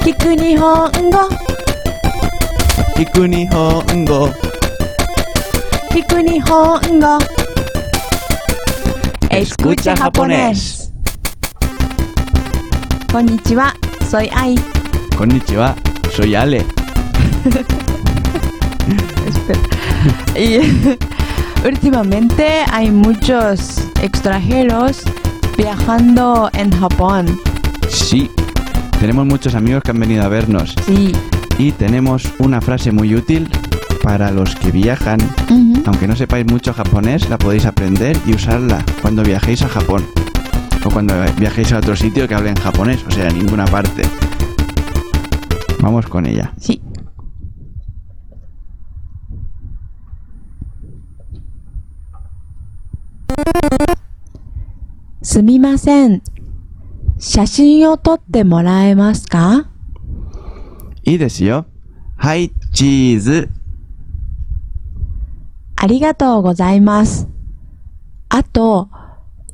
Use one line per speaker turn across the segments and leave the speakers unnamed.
聞く日本語
聞く日本語
聞く日本語
Escucha japonés
こんにちは soy Ai
Konnichiwa, soy Ale
y últimamente hay muchos extranjeros viajando en Japón
Sí, tenemos muchos amigos que han venido a vernos
sí
y tenemos una frase muy útil para los que viajan
Ujú.
Aunque no sepáis mucho japonés, la podéis aprender y usarla cuando viajéis a Japón. O cuando viajéis a otro sitio que hablen japonés, o sea, a ninguna parte. Vamos con ella.
sí すみません写真を撮ってもらえますか
Y deseo. Hi, cheese.
ありがとうございます。あと、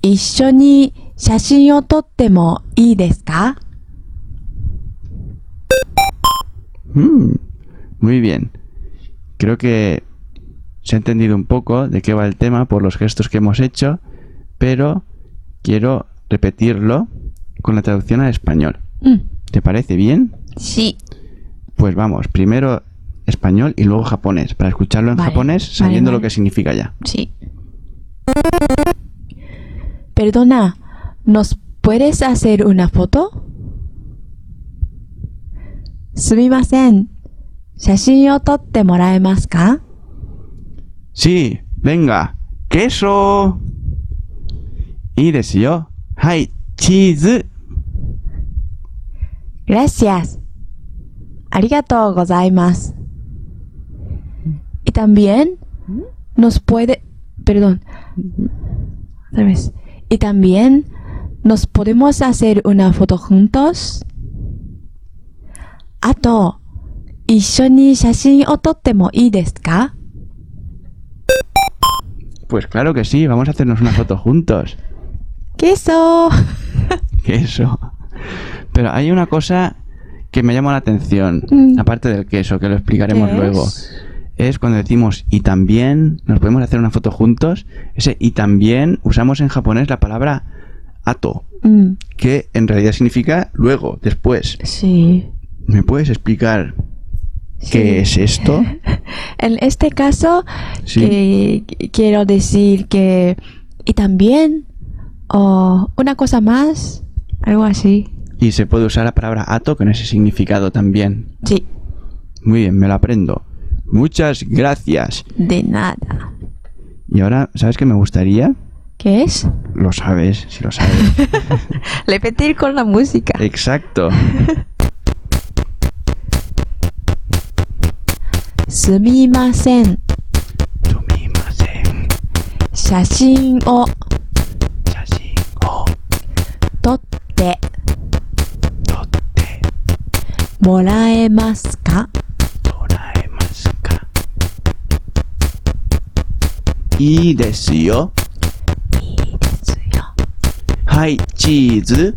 一緒に写真を撮ってもいいですか
Mm, muy bien. Creo que se ha entendido un poco de qué va el tema por los gestos que hemos hecho, pero quiero repetirlo con la traducción al español.
うん。
¿Te parece bien?
し。
Pues vamos, primero español y luego japonés, para escucharlo en
Vale,
japonés
vale,
sabiendo lo
vale.
que significa ya.
Sí. Perdona, ¿nos puedes hacer una foto? すみません。写真を撮ってもらえますか
Sí, venga, queso. Y deseo, hi, cheese.
Gracias. ありがとうございます。Y también nos puede, perdón, otra vez. Y también nos podemos hacer una foto juntos. あと、一緒に写真を撮ってもいいですか
Pues claro que sí, vamos a hacernos una foto juntos.
けそう
Queso. Pero hay una cosa que me llama la atención,
Mm.
aparte del queso, que lo explicaremos
¿Qué
luego.
es?
Es cuando decimos y también, nos podemos hacer una foto juntos. Ese y también usamos en japonés la palabra ato.
うん。
que en realidad significa luego, después.
Sí.
¿Me puedes explicar qué es esto?
En este caso,
Sí.
que- quiero decir que... Y también, o una cosa más, algo así.
Y se puede usar la palabra ato con ese significado también.
Sí,
Muy bien, me lo aprendo. Muchas gracias.
de nada.
Y ahora, ¿sabes qué me gustaría?
¿Qué es?
Lo sabes, si lo sabes.
Repetir con la música.
Exacto.
すみません。
Tú misma, sé,
写真を
así, oh,
撮って
tote,
もらえますか
toraemasuka.
い
Y deseo,
いですよ。
hi, cheese.
はい、チーズ。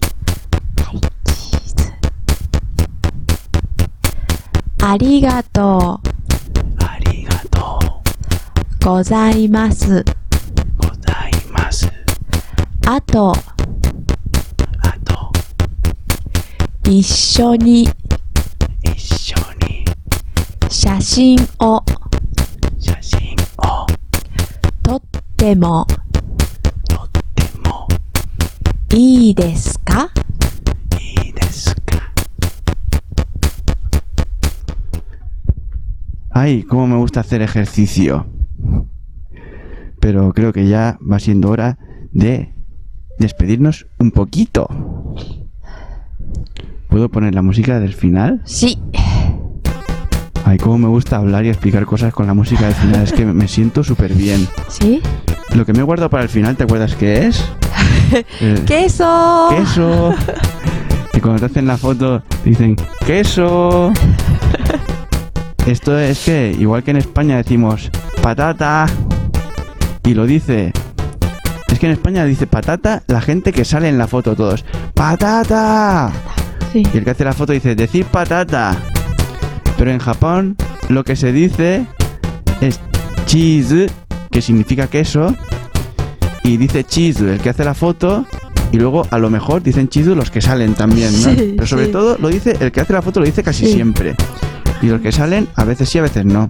ありがと
Arigato
うございます。
gozaimasu.
あと、
Ato.
一緒に
一緒に
写真を
写真を
撮っても
撮っても
いいですか
いいですか Ay, cómo me gusta hacer ejercicio. Pero creo que ya va siendo hora de despedirnos un poquito. ¿Puedo poner la música del final?
し。
Ay, cómo me gusta hablar y explicar cosas con la música del final. Es que me siento súper bien.
し
Lo que me he guardado para el final, ¿te acuerdas qué es? Eh,
けそう
queso. Y cuando te hacen la foto dicen queso. Esto es que igual que en España decimos patata y lo dice. Es que en España dice patata la gente que sale en la foto todos. ¡Patata!
Sí.
Y el que hace la foto dice, decir patata. Pero en Japón lo que se dice es cheese, que significa queso. Y dice cheese el que hace la foto. Y luego a lo mejor dicen cheese los que salen también, ¿no?
Sí,
Pero sobre
sí.
todo lo dice, el que hace la foto lo dice casi
Sí.
siempre. Y los que salen a veces sí, a veces no.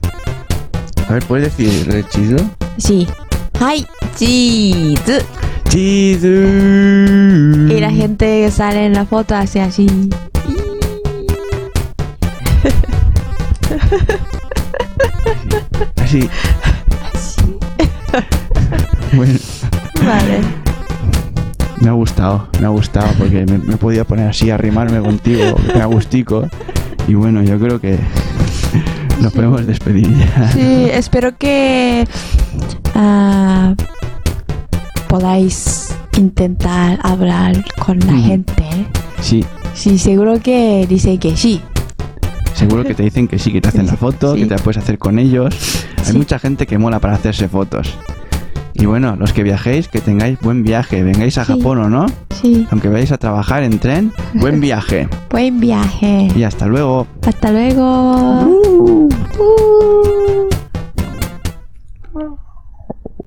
A ver, ¿puedes decir el cheese?
Sí. ¡Ay! ¡Cheese!
Cheese.
Y la gente que sale en la foto hace así.
Así. Bueno,
Vale.
me ha gustado, me ha gustado porque me, me he podido poner así a rimarme contigo, me agustico. Y bueno, yo creo que nos podemos despedir ya.
Sí, espero que ah, podáis intentar hablar con la
Mm.
gente.
Sí,
Sí, seguro que dice que sí.
seguro que te dicen que sí, que te hacen la foto,
Sí.
que te la puedes hacer con ellos. Hay
Sí.
mucha gente que mola para hacerse fotos. Y bueno, los que viajéis, que tengáis buen viaje, vengáis a
Sí.
Japón o no,
Sí,
aunque vayáis a trabajar en tren, buen viaje.
buen viaje.
Y hasta luego.
Hasta luego. Uh.